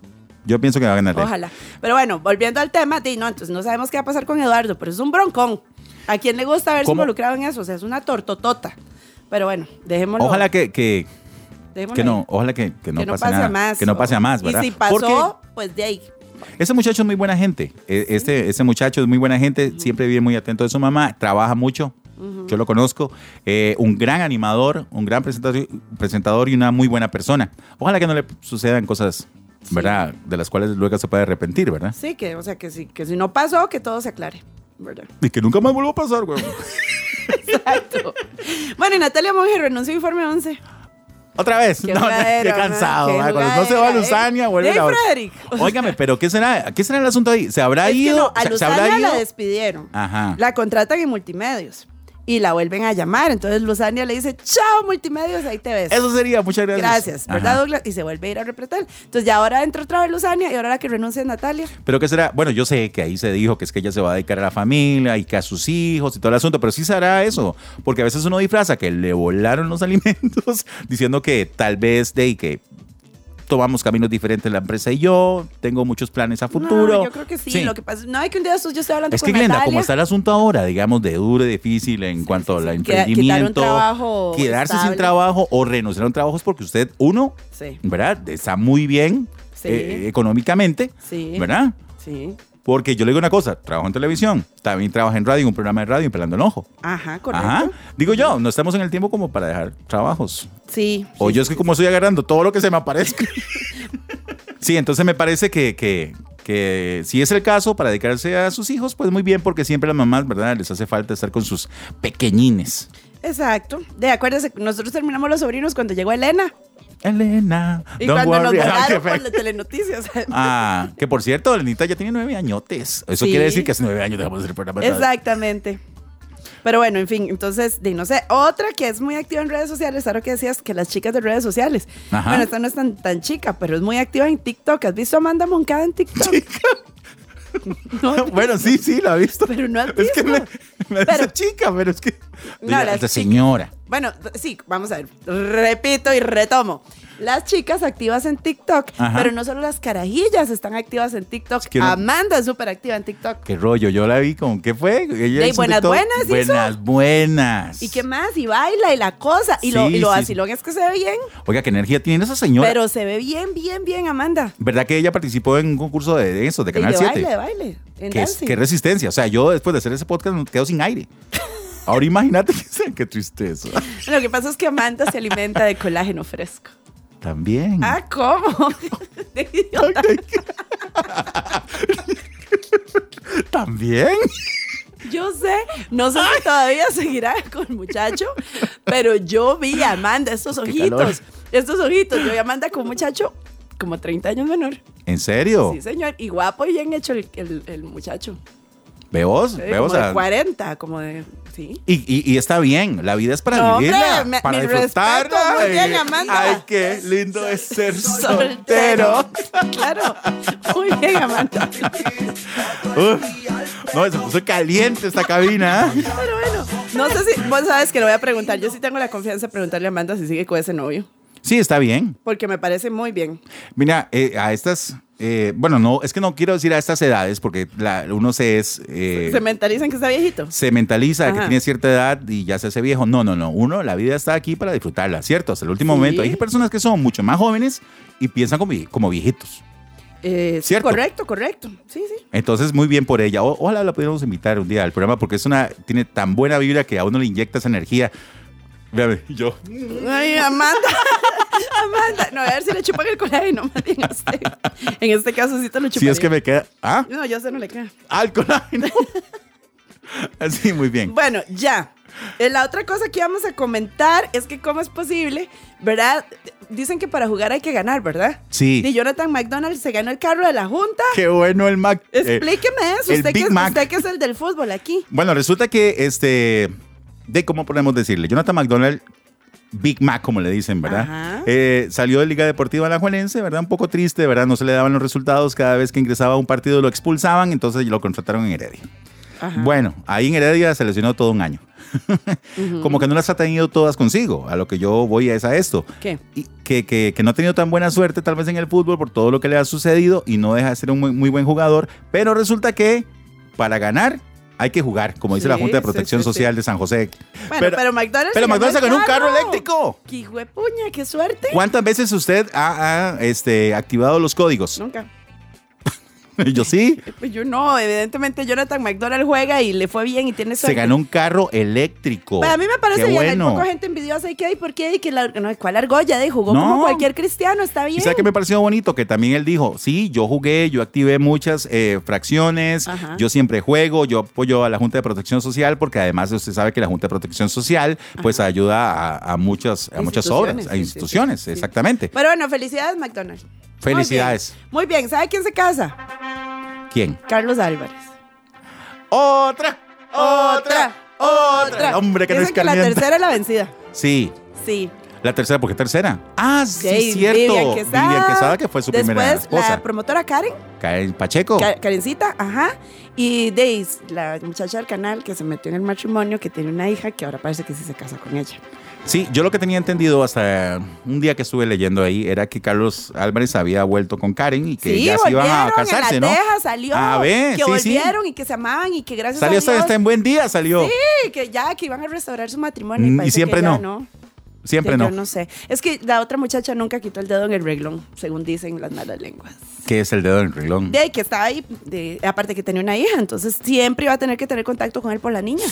Speaker 3: Yo pienso que va a ganar él.
Speaker 2: Ojalá. Pero bueno, volviendo al tema, di, no, entonces no sabemos qué va a pasar con Eduardo, pero es un broncón. ¿A quién le gusta verse
Speaker 3: ¿Cómo?
Speaker 2: involucrado en eso? O sea, es una tortotota. Pero bueno, dejémoslo.
Speaker 3: Ojalá que, que,
Speaker 2: dejémoslo
Speaker 3: que
Speaker 2: ahí.
Speaker 3: no, ojalá que, que no,
Speaker 2: Que no
Speaker 3: pase,
Speaker 2: pase
Speaker 3: nada.
Speaker 2: a más.
Speaker 3: Que no pase a más, ¿verdad?
Speaker 2: Y si pasó,
Speaker 3: Porque
Speaker 2: pues de ahí.
Speaker 3: ese muchacho es muy buena gente. E- Este, ese muchacho es muy buena gente, siempre vive muy atento de su mamá, trabaja mucho. Yo lo conozco, Eh, un gran animador, un gran presentador, presentador y una muy buena persona. Ojalá que no le sucedan cosas, ¿verdad? De las cuales luego se puede arrepentir, ¿verdad?
Speaker 2: Sí, que, o sea, que si, que si no pasó, que todo se aclare. ¿Verdad?
Speaker 3: Y que nunca más vuelva a pasar, güey.
Speaker 2: Exacto. bueno, y Natalia Monge renunció a Informe 11.
Speaker 3: Otra vez.
Speaker 2: Qué
Speaker 3: no,
Speaker 2: jugadera,
Speaker 3: qué
Speaker 2: ¿verdad?
Speaker 3: cansado.
Speaker 2: Qué
Speaker 3: ¿verdad? Cuando no se va a
Speaker 2: jugadera, ¿eh?
Speaker 3: Lusania, vuelve
Speaker 2: Dave
Speaker 3: la
Speaker 2: Frederick. O sea-
Speaker 3: Óigame, pero ¿qué será? ¿Qué será el asunto ahí? ¿Se habrá
Speaker 2: Es que
Speaker 3: ido?
Speaker 2: no, a
Speaker 3: ¿Se- ¿Se habrá
Speaker 2: Luzania la
Speaker 3: ido?
Speaker 2: despidieron.
Speaker 3: Ajá.
Speaker 2: La contratan en multimedios. y la vuelven a llamar. Entonces Luzania le dice, chao multimedios, ahí te ves.
Speaker 3: Eso sería, muchas gracias.
Speaker 2: Gracias, ¿verdad,
Speaker 3: Ajá.
Speaker 2: Douglas? Y se vuelve a ir a repretel. Entonces ya ahora entra otra vez Luzania y ahora la que renuncia es Natalia.
Speaker 3: Pero qué será, bueno, yo sé que ahí se dijo que es que ella se va a dedicar a la familia y que a sus hijos y todo el asunto, pero sí se hará eso, porque a veces uno disfraza que le volaron los alimentos diciendo que tal vez de y que tomamos caminos diferentes la empresa y yo, tengo muchos planes a futuro.
Speaker 2: No, yo creo que sí. Lo que pasa, no, hay que un día de estos yo estoy hablando
Speaker 3: es
Speaker 2: con
Speaker 3: que Glenda,
Speaker 2: Natalia.
Speaker 3: como está el asunto ahora, digamos, de duro y difícil en cuanto
Speaker 2: sí,
Speaker 3: al
Speaker 2: sí. Queda- quitar un
Speaker 3: emprendimiento,
Speaker 2: trabajo
Speaker 3: quedarse
Speaker 2: estable.
Speaker 3: sin trabajo o renunciar a un trabajo es porque usted, uno,
Speaker 2: Sí,
Speaker 3: ¿verdad? Está muy bien
Speaker 2: Sí.
Speaker 3: eh, económicamente,
Speaker 2: sí.
Speaker 3: ¿verdad?
Speaker 2: Sí.
Speaker 3: Porque yo le digo una cosa, trabajo en televisión, también trabajo en radio, en un programa de radio, en Pelando el Ojo.
Speaker 2: Ajá, correcto.
Speaker 3: Ajá. Digo yo, no estamos en el tiempo como para dejar trabajos.
Speaker 2: Sí.
Speaker 3: O
Speaker 2: sí,
Speaker 3: yo es que como estoy agarrando todo lo que se me aparezca. sí, entonces me parece que, que, que si es el caso para dedicarse a sus hijos, pues muy bien, porque siempre a las mamás, ¿verdad? Les hace falta estar con sus pequeñines.
Speaker 2: Exacto. De acuérdese, nosotros terminamos los sobrinos cuando llegó Elena.
Speaker 3: Elena.
Speaker 2: Y
Speaker 3: don't
Speaker 2: cuando nos
Speaker 3: worry. Ah, qué
Speaker 2: mandaron
Speaker 3: fe-
Speaker 2: por la telenoticias.
Speaker 3: Ah, que por cierto, Elenita ya tiene nueve añotes. Eso
Speaker 2: Sí.
Speaker 3: quiere decir que hace nueve años dejamos de hacer programa. de radio.
Speaker 2: Exactamente. Pero bueno, en fin, entonces, de no sé, otra que es muy activa en redes sociales, ahora que decías que las chicas de redes sociales.
Speaker 3: Ajá.
Speaker 2: Bueno, esta no es tan, tan chica, pero es muy activa en TikTok. ¿Has visto a Amanda Moncada en TikTok? No,
Speaker 3: Bueno, sí, sí, la he visto.
Speaker 2: Pero no has
Speaker 3: Es que me,
Speaker 2: visto.
Speaker 3: me
Speaker 2: Pero-
Speaker 3: dice chica, pero es que.
Speaker 2: No,
Speaker 3: Diga,
Speaker 2: las
Speaker 3: esta
Speaker 2: chicas-
Speaker 3: señora.
Speaker 2: Bueno, sí, vamos a ver. Repito y retomo. Las chicas activas en TikTok,
Speaker 3: Ajá.
Speaker 2: pero no solo las carajillas están activas en TikTok.
Speaker 3: que no-
Speaker 2: Amanda es súper activa en TikTok.
Speaker 3: Qué rollo, yo la vi con. ¿Qué fue? Ella
Speaker 2: De
Speaker 3: hizo un
Speaker 2: buenas,
Speaker 3: TikTok.
Speaker 2: buenas hizo.
Speaker 3: Buenas, buenas.
Speaker 2: ¿Y qué más? Y baila y la cosa. Y lo,
Speaker 3: Sí,
Speaker 2: y lo
Speaker 3: sí.
Speaker 2: vacilón es que se ve bien,
Speaker 3: Oiga, qué energía tiene esa señora.
Speaker 2: pero se ve bien, bien, bien, Amanda.
Speaker 3: ¿Verdad que ella participó en un concurso de, de esos, de
Speaker 2: Y
Speaker 3: Canal
Speaker 2: de
Speaker 3: 7?
Speaker 2: baile, de baile. En
Speaker 3: ¿Qué, es-
Speaker 2: dancing.
Speaker 3: qué resistencia. O sea, yo después de hacer ese podcast me quedo sin aire. Ahora imagínate que qué tristeza.
Speaker 2: Lo que pasa es que Amanda se alimenta de colágeno fresco.
Speaker 3: También.
Speaker 2: Ah, ¿cómo? De idiota.
Speaker 3: También.
Speaker 2: Yo sé, no sé si todavía seguirá con el muchacho, pero yo vi a Amanda, estos
Speaker 3: Qué calor.
Speaker 2: ojitos, estos ojitos. Yo vi a Amanda con un muchacho como 30 años menor.
Speaker 3: ¿En serio?
Speaker 2: Sí, señor. Y guapo y bien hecho el, el- el muchacho.
Speaker 3: ¿Veos?
Speaker 2: Sí,
Speaker 3: ¿Veos?
Speaker 2: como de
Speaker 3: a-
Speaker 2: 40, como de. Sí.
Speaker 3: Y, y- y está bien, la vida es para
Speaker 2: No, hombre,
Speaker 3: vivirla,
Speaker 2: me-
Speaker 3: para
Speaker 2: mi
Speaker 3: disfrutar.
Speaker 2: respeto, muy
Speaker 3: Ay,
Speaker 2: bien, Amanda.
Speaker 3: Ay, qué lindo es ser
Speaker 2: Soltero.
Speaker 3: soltero.
Speaker 2: Claro. Muy bien, Amanda.
Speaker 3: Uf. No, se puso caliente esta cabina. ¿eh?
Speaker 2: Pero bueno, no sé si. Vos sabes que lo voy a preguntar. Yo sí tengo la confianza de preguntarle a Amanda si sigue con ese novio.
Speaker 3: Sí, está bien.
Speaker 2: Porque me parece muy bien.
Speaker 3: Mira, eh, a estas, eh, bueno, no, es que no quiero decir a estas edades porque la- uno se es... eh,
Speaker 2: Se mentalizan que está viejito.
Speaker 3: se mentaliza de que
Speaker 2: Ajá.
Speaker 3: tiene cierta edad y ya se hace viejo. No, no, no. Uno, la vida está aquí para disfrutarla, ¿cierto? Hasta el último
Speaker 2: Sí.
Speaker 3: momento. Hay personas que son mucho más jóvenes y piensan como, vie- como viejitos.
Speaker 2: Eh, sí,
Speaker 3: ¿Cierto?
Speaker 2: Correcto, correcto. Sí, sí.
Speaker 3: Entonces, muy bien por ella. O- ojalá la pudiéramos invitar un día al programa porque es una, tiene tan buena vibra que a uno le inyecta esa energía. Véame, yo.
Speaker 2: Ay, Amanda. Amanda. No, a ver si le chupan el colágeno. Más bien a usted. En este caso sí te lo chupan.
Speaker 3: Si es que me queda. ¿Ah?
Speaker 2: No, yo a usted no le queda.
Speaker 3: Alcohol. ay, no. Así, muy bien.
Speaker 2: Bueno, ya. Eh, La otra cosa que vamos a comentar es que cómo es posible, ¿verdad? Dicen que para jugar hay que ganar, ¿verdad?
Speaker 3: Sí.
Speaker 2: Y Jonathan McDonald se ganó el carro de la Junta.
Speaker 3: Qué bueno el Mac. eh,
Speaker 2: Explíqueme eso.
Speaker 3: el
Speaker 2: Usted que,
Speaker 3: Big
Speaker 2: es,
Speaker 3: Mac.
Speaker 2: usted que es el del fútbol aquí.
Speaker 3: Bueno, resulta que este. De cómo podemos decirle, Jonathan McDonald, Big Mac, como le dicen, ¿verdad?
Speaker 2: Ajá.
Speaker 3: Eh, salió de Liga Deportiva Alajuelense, ¿verdad? Un poco triste, ¿verdad? No se le daban los resultados. Cada vez que ingresaba a un partido lo expulsaban, entonces lo contrataron en Heredia.
Speaker 2: Ajá.
Speaker 3: Bueno, ahí en Heredia se lesionó todo un año. Como que no las ha tenido todas consigo. A lo que yo voy es a esto.
Speaker 2: ¿Qué?
Speaker 3: Y que, que- que no ha tenido tan buena suerte tal vez en el fútbol por todo lo que le ha sucedido y no deja de ser un muy, muy buen jugador. Pero resulta que para ganar hay que jugar, como dice la
Speaker 2: Sí,
Speaker 3: Junta de
Speaker 2: sí,
Speaker 3: Protección
Speaker 2: sí, sí.
Speaker 3: Social de San José.
Speaker 2: Bueno, pero, McDonald's.
Speaker 3: pero McDonald's se ganó un carro eléctrico.
Speaker 2: ¡Qué huepuña! ¡Qué suerte!
Speaker 3: ¿Cuántas veces usted ha, ha, este, activado los códigos?
Speaker 2: Nunca.
Speaker 3: Yo sí.
Speaker 2: Pues yo no, evidentemente Jonathan McDonald juega y le fue bien y tiene
Speaker 3: Se
Speaker 2: suerte.
Speaker 3: ganó un carro eléctrico.
Speaker 2: Pero a mí me parece
Speaker 3: Qué
Speaker 2: bien, hay
Speaker 3: bueno.
Speaker 2: poca gente envidiosa y que hay, ¿por qué? Y que la, no, ¿cuál argolla? De jugó
Speaker 3: No.
Speaker 2: como cualquier cristiano, está bien.
Speaker 3: ¿Y sabe que me pareció bonito? Que también él dijo, sí, yo jugué, yo activé muchas eh, fracciones,
Speaker 2: Ajá.
Speaker 3: yo siempre juego, yo apoyo a la Junta de Protección Social, porque además usted sabe que la Junta de Protección Social pues ayuda a, a muchas, a muchas obras,
Speaker 2: Instituciones,
Speaker 3: a
Speaker 2: sí, sí,
Speaker 3: instituciones,
Speaker 2: sí, sí.
Speaker 3: exactamente.
Speaker 2: Pero bueno, felicidades McDonald.
Speaker 3: Felicidades.
Speaker 2: Muy bien. Muy bien, ¿sabe quién se casa?
Speaker 3: ¿Quién?
Speaker 2: Carlos Álvarez.
Speaker 3: Otra, otra, Otra. El hombre que no es
Speaker 2: Dicen la
Speaker 3: caliente.
Speaker 2: tercera es la vencida.
Speaker 3: Sí.
Speaker 2: Sí.
Speaker 3: La tercera, ¿por qué tercera? Ah, sí,
Speaker 2: Jay,
Speaker 3: cierto.
Speaker 2: Vivian Quesada.
Speaker 3: que fue su primera
Speaker 2: Después,
Speaker 3: esposa. Oh.
Speaker 2: la promotora Karen,
Speaker 3: Karen Pacheco.
Speaker 2: Ka- Karencita, ajá. Y Days, la muchacha del canal que se metió en el matrimonio, que tiene una hija que ahora parece que sí se casa con ella.
Speaker 3: Sí, yo lo que tenía entendido hasta un día que estuve leyendo ahí era que Carlos Álvarez había vuelto con Karen y que
Speaker 2: sí,
Speaker 3: ya se
Speaker 2: volvieron,
Speaker 3: iban a casarse,
Speaker 2: en
Speaker 3: ¿no?
Speaker 2: la teja salió.
Speaker 3: A ver,
Speaker 2: que
Speaker 3: sí, sí.
Speaker 2: volvieron y que se amaban y que gracias
Speaker 3: Salió
Speaker 2: a Dios.
Speaker 3: hasta, hasta en buen día, salió.
Speaker 2: Sí, que ya, que iban a restaurar su matrimonio.
Speaker 3: Mm, y
Speaker 2: parece
Speaker 3: siempre
Speaker 2: que ya
Speaker 3: no. Siempre
Speaker 2: Que
Speaker 3: no.
Speaker 2: Yo no sé. Es que la otra muchacha nunca quitó el dedo en el reglón, según dicen las malas lenguas.
Speaker 3: Que es el dedo del renglón.
Speaker 2: De ahí que estaba ahí, de, aparte que tenía una hija, entonces siempre iba a tener que tener contacto con él por la niña.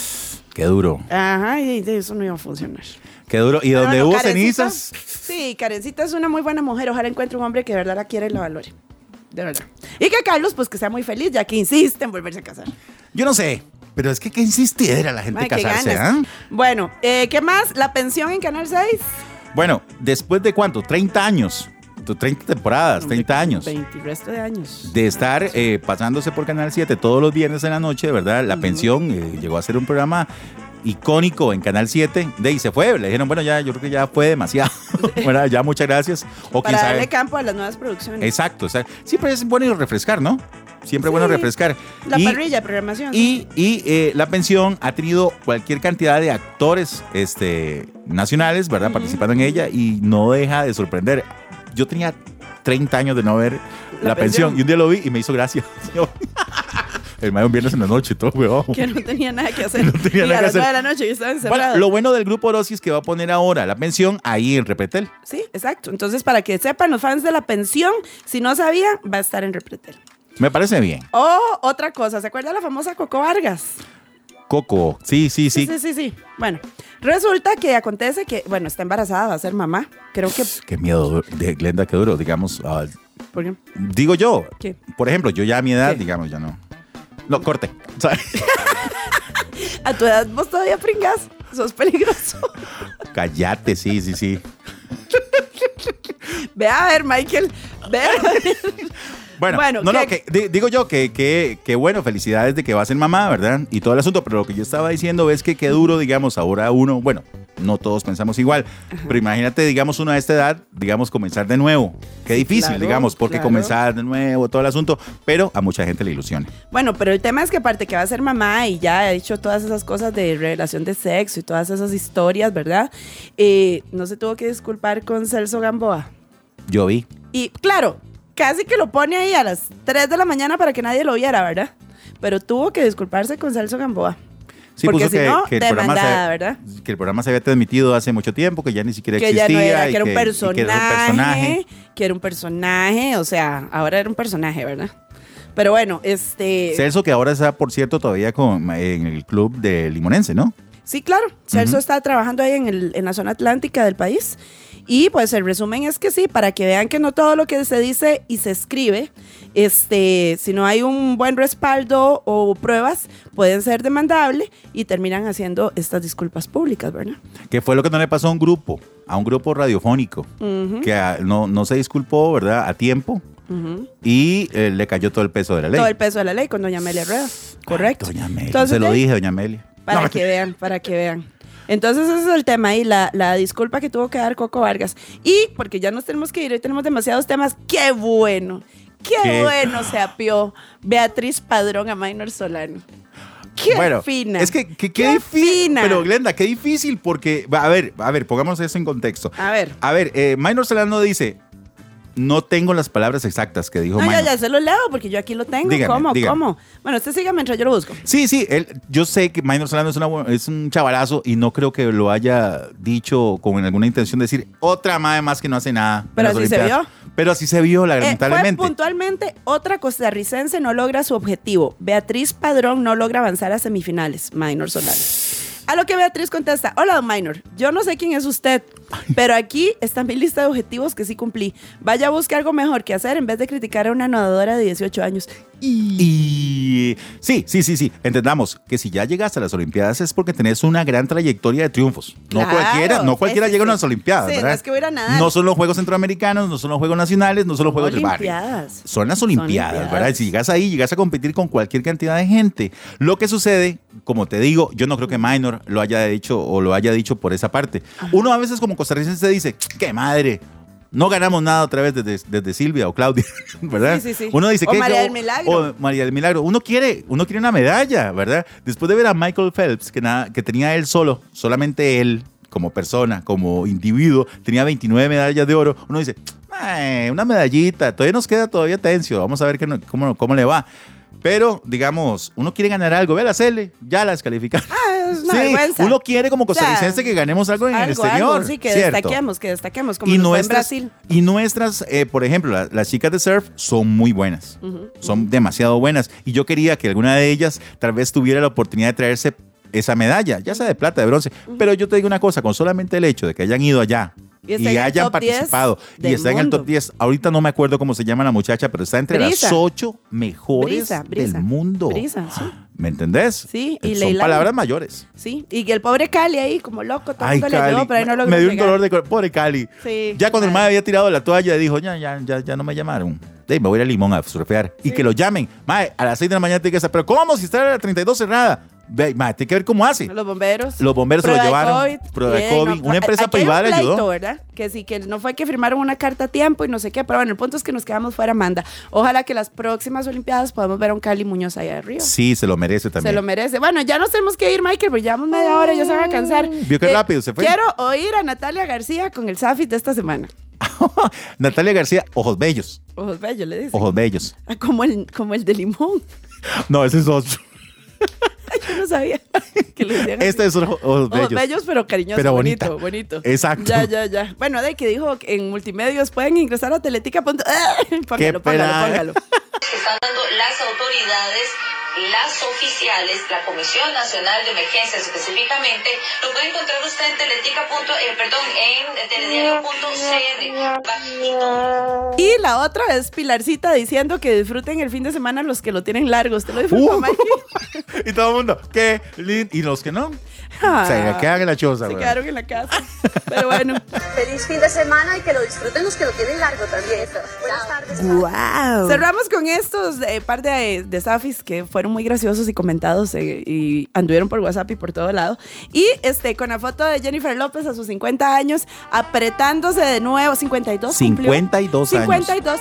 Speaker 3: Qué duro.
Speaker 2: Ajá, y de eso no iba a funcionar.
Speaker 3: Qué duro. Y
Speaker 2: Pero
Speaker 3: donde
Speaker 2: bueno,
Speaker 3: hubo
Speaker 2: Karencita-
Speaker 3: cenizas.
Speaker 2: Sí, Karencita es una muy buena mujer. Ojalá encuentre un hombre que de verdad la quiera y la valore. De verdad. Y que Carlos, pues que sea muy feliz, ya que insiste en volverse a casar.
Speaker 3: Yo no sé. Pero es que qué insistidera la gente
Speaker 2: Mae, qué
Speaker 3: casarse,
Speaker 2: ganas.
Speaker 3: ¿ah?
Speaker 2: Bueno, eh, ¿qué más? La pensión en Canal 6.
Speaker 3: Bueno, después de cuánto? 30 años. Tu- 30 temporadas, 30 años.
Speaker 2: 20 resto de años.
Speaker 3: de estar eh, pasándose por Canal 7 todos los viernes en la noche, ¿verdad? La pensión eh, llegó a ser un programa icónico en Canal 7. De ahí se fue, le dijeron, bueno, ya yo creo que ya fue demasiado. bueno, ya muchas gracias. O oh, quién
Speaker 2: para
Speaker 3: sabe.
Speaker 2: darle campo a las nuevas producciones.
Speaker 3: Exacto, o sea, siempre es bueno refrescar, ¿no? Siempre es bueno
Speaker 2: Sí.
Speaker 3: refrescar.
Speaker 2: La
Speaker 3: Y-
Speaker 2: parrilla, programación.
Speaker 3: y, y, eh, la pensión ha tenido cualquier cantidad de actores este, nacionales, ¿verdad? Participando en ella y no deja de sorprender. Yo tenía 30 años de no ver la,
Speaker 2: La
Speaker 3: pensión.
Speaker 2: pensión.
Speaker 3: y un día lo vi y me hizo gracia. Yo- El mayo un viernes en la noche y todo, weón.
Speaker 2: que no tenía nada que hacer.
Speaker 3: No tenía
Speaker 2: y
Speaker 3: nada
Speaker 2: a
Speaker 3: que
Speaker 2: las
Speaker 3: hacer.
Speaker 2: nueve de la noche yo estaba
Speaker 3: Bueno,
Speaker 2: encerrado.
Speaker 3: lo bueno del grupo Orosi es que va a poner ahora la pensión ahí en Repetel.
Speaker 2: Sí, exacto. Entonces, para que sepan los fans de la pensión, si no sabían, va a estar en Repretel.
Speaker 3: Me parece bien.
Speaker 2: O otra cosa, ¿se acuerda la famosa Coco Vargas?
Speaker 3: Coco. Sí, sí, sí.
Speaker 2: sí, sí. sí. Bueno, resulta que acontece que, bueno, está embarazada, va a ser mamá. Creo que.
Speaker 3: Qué miedo de Glenda, qué duro. Digamos, ah,
Speaker 2: ¿Por qué?
Speaker 3: digo yo.
Speaker 2: ¿Qué?
Speaker 3: Por ejemplo, yo ya a mi edad,
Speaker 2: ¿Qué?
Speaker 3: digamos, ya no. No, corte. O sea,
Speaker 2: A tu edad vos todavía pringas. Sos peligroso.
Speaker 3: Cállate, sí, sí, sí.
Speaker 2: Ve a ver, Michael. Ve a ver.
Speaker 3: Bueno,
Speaker 2: Bueno,
Speaker 3: no, no,
Speaker 2: ¿qué-
Speaker 3: que, di- digo yo que, que, que bueno, felicidades de que va a ser mamá, ¿verdad? Y todo el asunto, pero lo que yo estaba diciendo es que qué duro, digamos, ahora uno, bueno, no todos pensamos igual, pero imagínate, digamos, uno a esta edad, digamos, comenzar de nuevo. Qué difícil,
Speaker 2: claro,
Speaker 3: digamos, porque
Speaker 2: claro.
Speaker 3: comenzar de nuevo, todo el asunto, pero a mucha gente le ilusiona.
Speaker 2: Bueno, pero el tema es que aparte que va a ser mamá y ya ha dicho todas esas cosas de revelación de sexo y todas esas historias, ¿verdad? Eh, no se tuvo que disculpar con Celso Gamboa.
Speaker 3: Yo vi.
Speaker 2: Y claro, casi que lo pone ahí a las 3 de la mañana para que nadie lo viera, ¿verdad? Pero tuvo que disculparse con Celso Gamboa.
Speaker 3: Sí,
Speaker 2: Porque
Speaker 3: puso
Speaker 2: si
Speaker 3: que,
Speaker 2: no,
Speaker 3: que el programa se,
Speaker 2: demandada, ¿verdad?
Speaker 3: que el programa se había transmitido hace mucho tiempo, que ya ni siquiera
Speaker 2: Que
Speaker 3: existía.
Speaker 2: ya no era,
Speaker 3: y
Speaker 2: que era un
Speaker 3: y que
Speaker 2: personaje.
Speaker 3: era un personaje.
Speaker 2: Que era un personaje, o sea, ahora era un personaje, ¿verdad? Pero bueno, este...
Speaker 3: Celso, que ahora está, por cierto, todavía con, en el club de Limonense, ¿no?
Speaker 2: Sí, claro. Celso está trabajando ahí en, el- en la zona atlántica del país. Y pues el resumen es que sí, para que vean que no todo lo que se dice y se escribe, este, si no hay un buen respaldo o pruebas, pueden ser demandable y terminan haciendo estas disculpas públicas, ¿verdad?
Speaker 3: que fue lo que no le pasó a un grupo, a un grupo radiofónico, que ah, no, no se disculpó, ¿verdad? A tiempo y eh, le cayó todo el peso de la ley.
Speaker 2: Todo el peso de la ley con doña Amelia Rueda. Correcto.
Speaker 3: Doña Amelia,
Speaker 2: Entonces,
Speaker 3: se lo
Speaker 2: ¿eh?
Speaker 3: dije, doña Amelia.
Speaker 2: Para
Speaker 3: No,
Speaker 2: que vean, para que vean. Entonces ese es el tema y la, la disculpa que tuvo que dar Coco Vargas. Y porque ya nos tenemos que ir, hoy tenemos demasiados temas. ¡Qué bueno! ¡Qué,
Speaker 3: Qué-
Speaker 2: bueno se apió Beatriz Padrón a Minor Solano! ¡Qué
Speaker 3: bueno,
Speaker 2: fina!
Speaker 3: Es que, que- qué
Speaker 2: ¡Qué
Speaker 3: difícil.
Speaker 2: fina!
Speaker 3: Pero Glenda, qué difícil porque, va, a ver, a ver, pongamos eso en contexto.
Speaker 2: A ver.
Speaker 3: A ver, eh, Minor Solano dice, no tengo las palabras exactas que dijo
Speaker 2: No, Ah, ya,
Speaker 3: Minor.
Speaker 2: ya se lo leo porque yo aquí lo tengo.
Speaker 3: Dígame,
Speaker 2: ¿Cómo?
Speaker 3: dígame.
Speaker 2: ¿Cómo? Bueno, usted siga mientras yo lo busco.
Speaker 3: Sí, sí, él- yo sé que Minor Solano es, una bu- es un chavalazo y no creo que lo haya dicho con alguna intención de decir otra madre más que no hace nada. en
Speaker 2: Pero
Speaker 3: las
Speaker 2: así se
Speaker 3: Olimpiadas". Pero así se vio,
Speaker 2: Eh,
Speaker 3: lamentablemente.
Speaker 2: fue puntualmente, otra costarricense no logra su objetivo. Beatriz Padrón no logra avanzar a semifinales. Minor Solano. A lo que Beatriz contesta, hola, don Minor, yo no sé quién es usted, Pero aquí está mi lista de objetivos que sí cumplí. Vaya a buscar algo mejor que hacer en vez de criticar a una nadadora de 18 años.
Speaker 3: Y sí, sí, sí, sí. Entendamos que si ya llegaste a las Olimpiadas es porque tenés una gran trayectoria de triunfos. No
Speaker 2: Claro,
Speaker 3: cualquiera, no cualquiera
Speaker 2: sí, sí,
Speaker 3: llega a
Speaker 2: sí.
Speaker 3: las Olimpiadas,
Speaker 2: Sí, no
Speaker 3: ¿verdad?
Speaker 2: es que voy a ir a nadar.
Speaker 3: No son los Juegos Centroamericanos, no son los Juegos Nacionales, no son los Juegos del Barrio.
Speaker 2: Olimpiadas.
Speaker 3: Son las Olimpiadas,
Speaker 2: Olimpiadas.
Speaker 3: ¿verdad? Y Si llegas ahí, llegas a competir con cualquier cantidad de gente. Lo que sucede, como te digo, yo no creo que Minor lo haya dicho o lo haya dicho por esa parte. Uno a veces como costarricense se dice, ¡qué madre! No ganamos nada otra vez desde, desde Silvia o Claudia, ¿verdad?
Speaker 2: Sí, sí, sí.
Speaker 3: Uno dice
Speaker 2: O
Speaker 3: que
Speaker 2: María del Milagro.
Speaker 3: o María del Milagro. Uno quiere, uno quiere una medalla, ¿verdad? Después de ver a Michael Phelps, que, nada, que tenía él solo, solamente él, como persona, como individuo, tenía 29 medallas de oro, uno dice, "Ay, una medallita, todavía nos queda todavía tencio, vamos a ver qué no- cómo, cómo le va. Pero, digamos, uno quiere ganar algo, ve a la Cele, ya las calificaron.
Speaker 2: Ah, es una vergüenza.
Speaker 3: uno quiere como costarricense
Speaker 2: Ya.
Speaker 3: que ganemos algo en el
Speaker 2: Algo,
Speaker 3: exterior.
Speaker 2: algo, sí, que
Speaker 3: ¿cierto?
Speaker 2: destaquemos, que destaquemos, como nos fue en Brasil.
Speaker 3: Y nuestras, eh, por ejemplo, la- las chicas de surf son muy buenas.
Speaker 2: Ujú.
Speaker 3: Son demasiado buenas. Y yo quería que alguna de ellas tal vez tuviera la oportunidad de traerse esa medalla, ya sea de plata, de bronce. Pero yo te digo una cosa, con solamente el hecho de que hayan ido allá.
Speaker 2: Y
Speaker 3: Y,
Speaker 2: está en el
Speaker 3: hayan
Speaker 2: top 10
Speaker 3: participado y
Speaker 2: del
Speaker 3: está en el
Speaker 2: mundo.
Speaker 3: top 10. Ahorita no me acuerdo cómo se llama la muchacha, pero está entre
Speaker 2: Brisa.
Speaker 3: las 8 mejores
Speaker 2: Brisa, brisa.
Speaker 3: del mundo.
Speaker 2: Brisa, sí.
Speaker 3: ¿Me entendés?
Speaker 2: Sí, y
Speaker 3: Son
Speaker 2: Leilani.
Speaker 3: palabras mayores.
Speaker 2: Sí, y que el pobre Cali ahí, como loco, todo
Speaker 3: Ay,
Speaker 2: el mundo le
Speaker 3: Cali,
Speaker 2: ayudó, pero ahí no
Speaker 3: me-
Speaker 2: logró
Speaker 3: me dio un
Speaker 2: llegar.
Speaker 3: dolor de cor- pobre Cali.
Speaker 2: Sí,
Speaker 3: ya cuando el
Speaker 2: ay.
Speaker 3: mae había tirado la toalla, dijo, ya, ya, ya, ya no me llamaron. Ey, me voy a ir a Limón a surfear. Y que lo llamen. Mae, a las 6 de la mañana tiene que estar. Pero ¿cómo? Si está a las 32 cerrada. Ve, mae, tiene que ver cómo hace.
Speaker 2: Los bomberos.
Speaker 3: Los bomberos se lo
Speaker 2: Prueba de
Speaker 3: llevaron, prueba de COVID. Una
Speaker 2: a-
Speaker 3: empresa
Speaker 2: aquí hay
Speaker 3: privada
Speaker 2: un
Speaker 3: le ayudó.
Speaker 2: pleito, ¿verdad? Que sí, que no fue que firmaron una carta a tiempo y no sé qué, pero bueno, el punto es que nos quedamos fuera, Amanda. Ojalá que las próximas Olimpiadas podamos ver a un Cali Muñoz allá arriba.
Speaker 3: Sí, se lo merece también. Ah.
Speaker 2: Se lo merece. Bueno, ya nos tenemos que ir, Michael, porque llevamos media hora, ya se van a cansar. Eh,
Speaker 3: Vio qué rápido se fue.
Speaker 2: Quiero oír a Natalia García con el Zafit de esta semana.
Speaker 3: Natalia García, ojos bellos.
Speaker 2: Ojos bellos, le dice.
Speaker 3: Ojos bellos.
Speaker 2: Ah, Como el, como el de limón.
Speaker 3: No, ese es otro.
Speaker 2: Yo no sabía que le decían así.
Speaker 3: Este es ojo- ojos
Speaker 2: Ojos
Speaker 3: bellos.
Speaker 2: Oh, bellos, pero cariñosos.
Speaker 3: Pero bonita.
Speaker 2: bonito, bonito.
Speaker 3: Exacto.
Speaker 2: Ya, ya, ya. Bueno, de que dijo que en multimedios pueden ingresar a Teletica. punto- Póngalo,
Speaker 3: pena. ¿eh?
Speaker 2: póngalo, póngalo.
Speaker 4: están dando las autoridades, las oficiales, la Comisión Nacional de Emergencias específicamente, lo puede encontrar usted en teletica. punto, eh, perdón, en telediario.cr. Bajito.
Speaker 2: Y la otra es Pilarcita diciendo que disfruten el fin de semana los que lo tienen largo. ¿Usted lo disfrutó,
Speaker 3: Uh.
Speaker 2: Mikey?
Speaker 3: y todo el mundo, qué lindo. Y los que no,
Speaker 2: Ah,
Speaker 3: se quedan en la choza.
Speaker 2: se
Speaker 3: güey.
Speaker 2: quedaron en la casa. Pero bueno.
Speaker 5: Feliz fin de semana y que lo disfruten los que lo tienen largo también. Buenas tardes.
Speaker 2: Wow. Cerramos con estos eh, par de, de safis que fueron muy graciosos y comentados eh, y anduvieron por WhatsApp y por todo lado. Y este con la foto de Jennifer López a sus 50 años, apretándose de nuevo, 52 cumplió.
Speaker 3: 52 años.
Speaker 2: 52.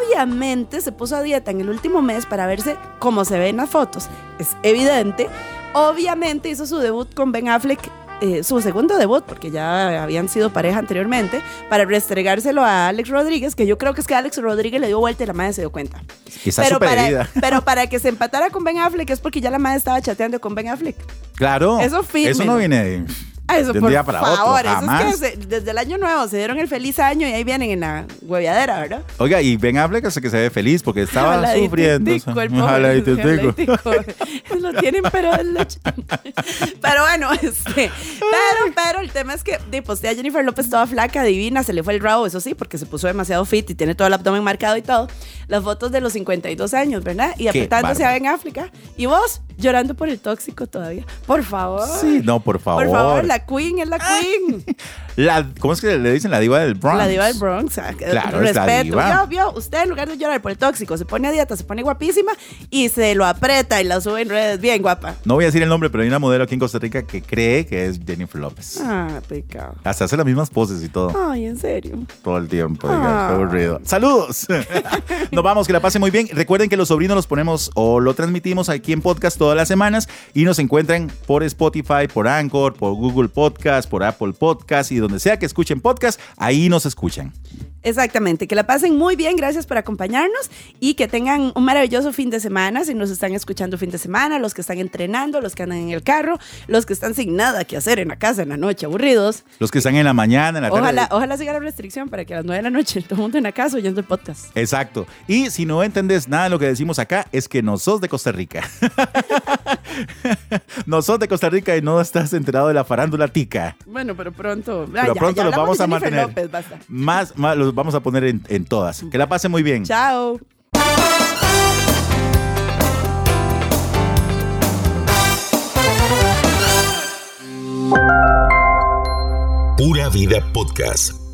Speaker 2: Obviamente se puso a dieta en el último mes para verse como se ve en las fotos. Es evidente. Obviamente hizo su debut con Ben Affleck, eh, su segundo debut, porque ya habían sido pareja anteriormente, para restregárselo a Alex Rodríguez, que yo creo que es que Alex Rodríguez le dio vuelta y la madre se dio cuenta.
Speaker 3: Está súper
Speaker 2: para,
Speaker 3: herida.
Speaker 2: pero para que se empatara con Ben Affleck es porque ya la madre estaba chateando con Ben Affleck.
Speaker 3: Claro.
Speaker 2: Eso firme.
Speaker 3: Eso no viene de,
Speaker 2: Ah, Eso,
Speaker 3: de un
Speaker 2: por
Speaker 3: día para
Speaker 2: favor,
Speaker 3: otro. Jamás.
Speaker 2: eso es que se- desde el año nuevo se dieron el feliz año y ahí vienen en la hueviadera, ¿verdad?
Speaker 3: Oiga, y Ben Affleck hasta que se ve feliz porque estaba
Speaker 2: Ojalá y
Speaker 3: sufriendo.
Speaker 2: titico, el pobre,
Speaker 3: Ojalá y
Speaker 2: ojalá y
Speaker 3: titico.
Speaker 2: titico. Lo tienen, pero es la ch- Pero bueno, este. Pero, pero el tema es que de postea Jennifer López toda flaca, divina, se le fue el rabo, eso sí, porque se puso demasiado fit y tiene todo el abdomen marcado y todo. Las fotos de los 52 años, ¿verdad? Y apretándose a
Speaker 3: bárbaro.
Speaker 2: Ben África. Y vos llorando por el tóxico todavía. Por favor.
Speaker 3: Sí, no, por favor.
Speaker 2: Por favor, la queen es la queen.
Speaker 3: La- ¿Cómo es que le dicen la diva del Bronx?
Speaker 2: La diva del Bronx. ah, que-
Speaker 3: Claro, es la
Speaker 2: respeto.
Speaker 3: diva.
Speaker 2: Vio, vio, usted en lugar de llorar por el tóxico, se pone a dieta, se pone guapísima y se lo aprieta y la sube en redes. Bien guapa.
Speaker 3: No voy a decir el nombre, pero hay una modelo aquí en Costa Rica que cree que es Jennifer López.
Speaker 2: Ah, pecado.
Speaker 3: Hasta hace las mismas poses y todo.
Speaker 2: Ay, en serio.
Speaker 3: Todo el tiempo, diga,
Speaker 2: Ah.
Speaker 3: qué aburrido. ¡Saludos! Nos vamos, que la pasen muy bien. Recuerden que los sobrinos los ponemos o lo transmitimos aquí en podcast todas las semanas y nos encuentran por Spotify, por Anchor, por Google Podcast, por Apple Podcast y donde sea que escuchen podcast, ahí nos escuchan.
Speaker 2: Exactamente, que la pasen muy bien, gracias por acompañarnos y que tengan un maravilloso fin de semana, si nos están escuchando fin de semana, los que están entrenando, los que andan en el carro, los que están sin nada que hacer en la casa en la noche, aburridos.
Speaker 3: Los que están en la mañana, en la tarde.
Speaker 2: Ojalá, ojalá siga la restricción para que a las 9 de la noche todo el mundo en la casa oyendo el podcast.
Speaker 3: Exacto. Y si no entendés nada de lo que decimos acá, es que no sos de Costa Rica. no sos de Costa Rica y no estás enterado de la farándula tica.
Speaker 2: Bueno, pero pronto. Ah,
Speaker 3: Pero
Speaker 2: ya,
Speaker 3: pronto
Speaker 2: ya
Speaker 3: los
Speaker 2: hablamos
Speaker 3: vamos
Speaker 2: de
Speaker 3: a
Speaker 2: Jennifer
Speaker 3: mantener.
Speaker 2: López, basta.
Speaker 3: Más, más, los vamos a poner en, en todas. Que la pasen muy bien.
Speaker 2: Chao.
Speaker 1: Pura Vida Podcast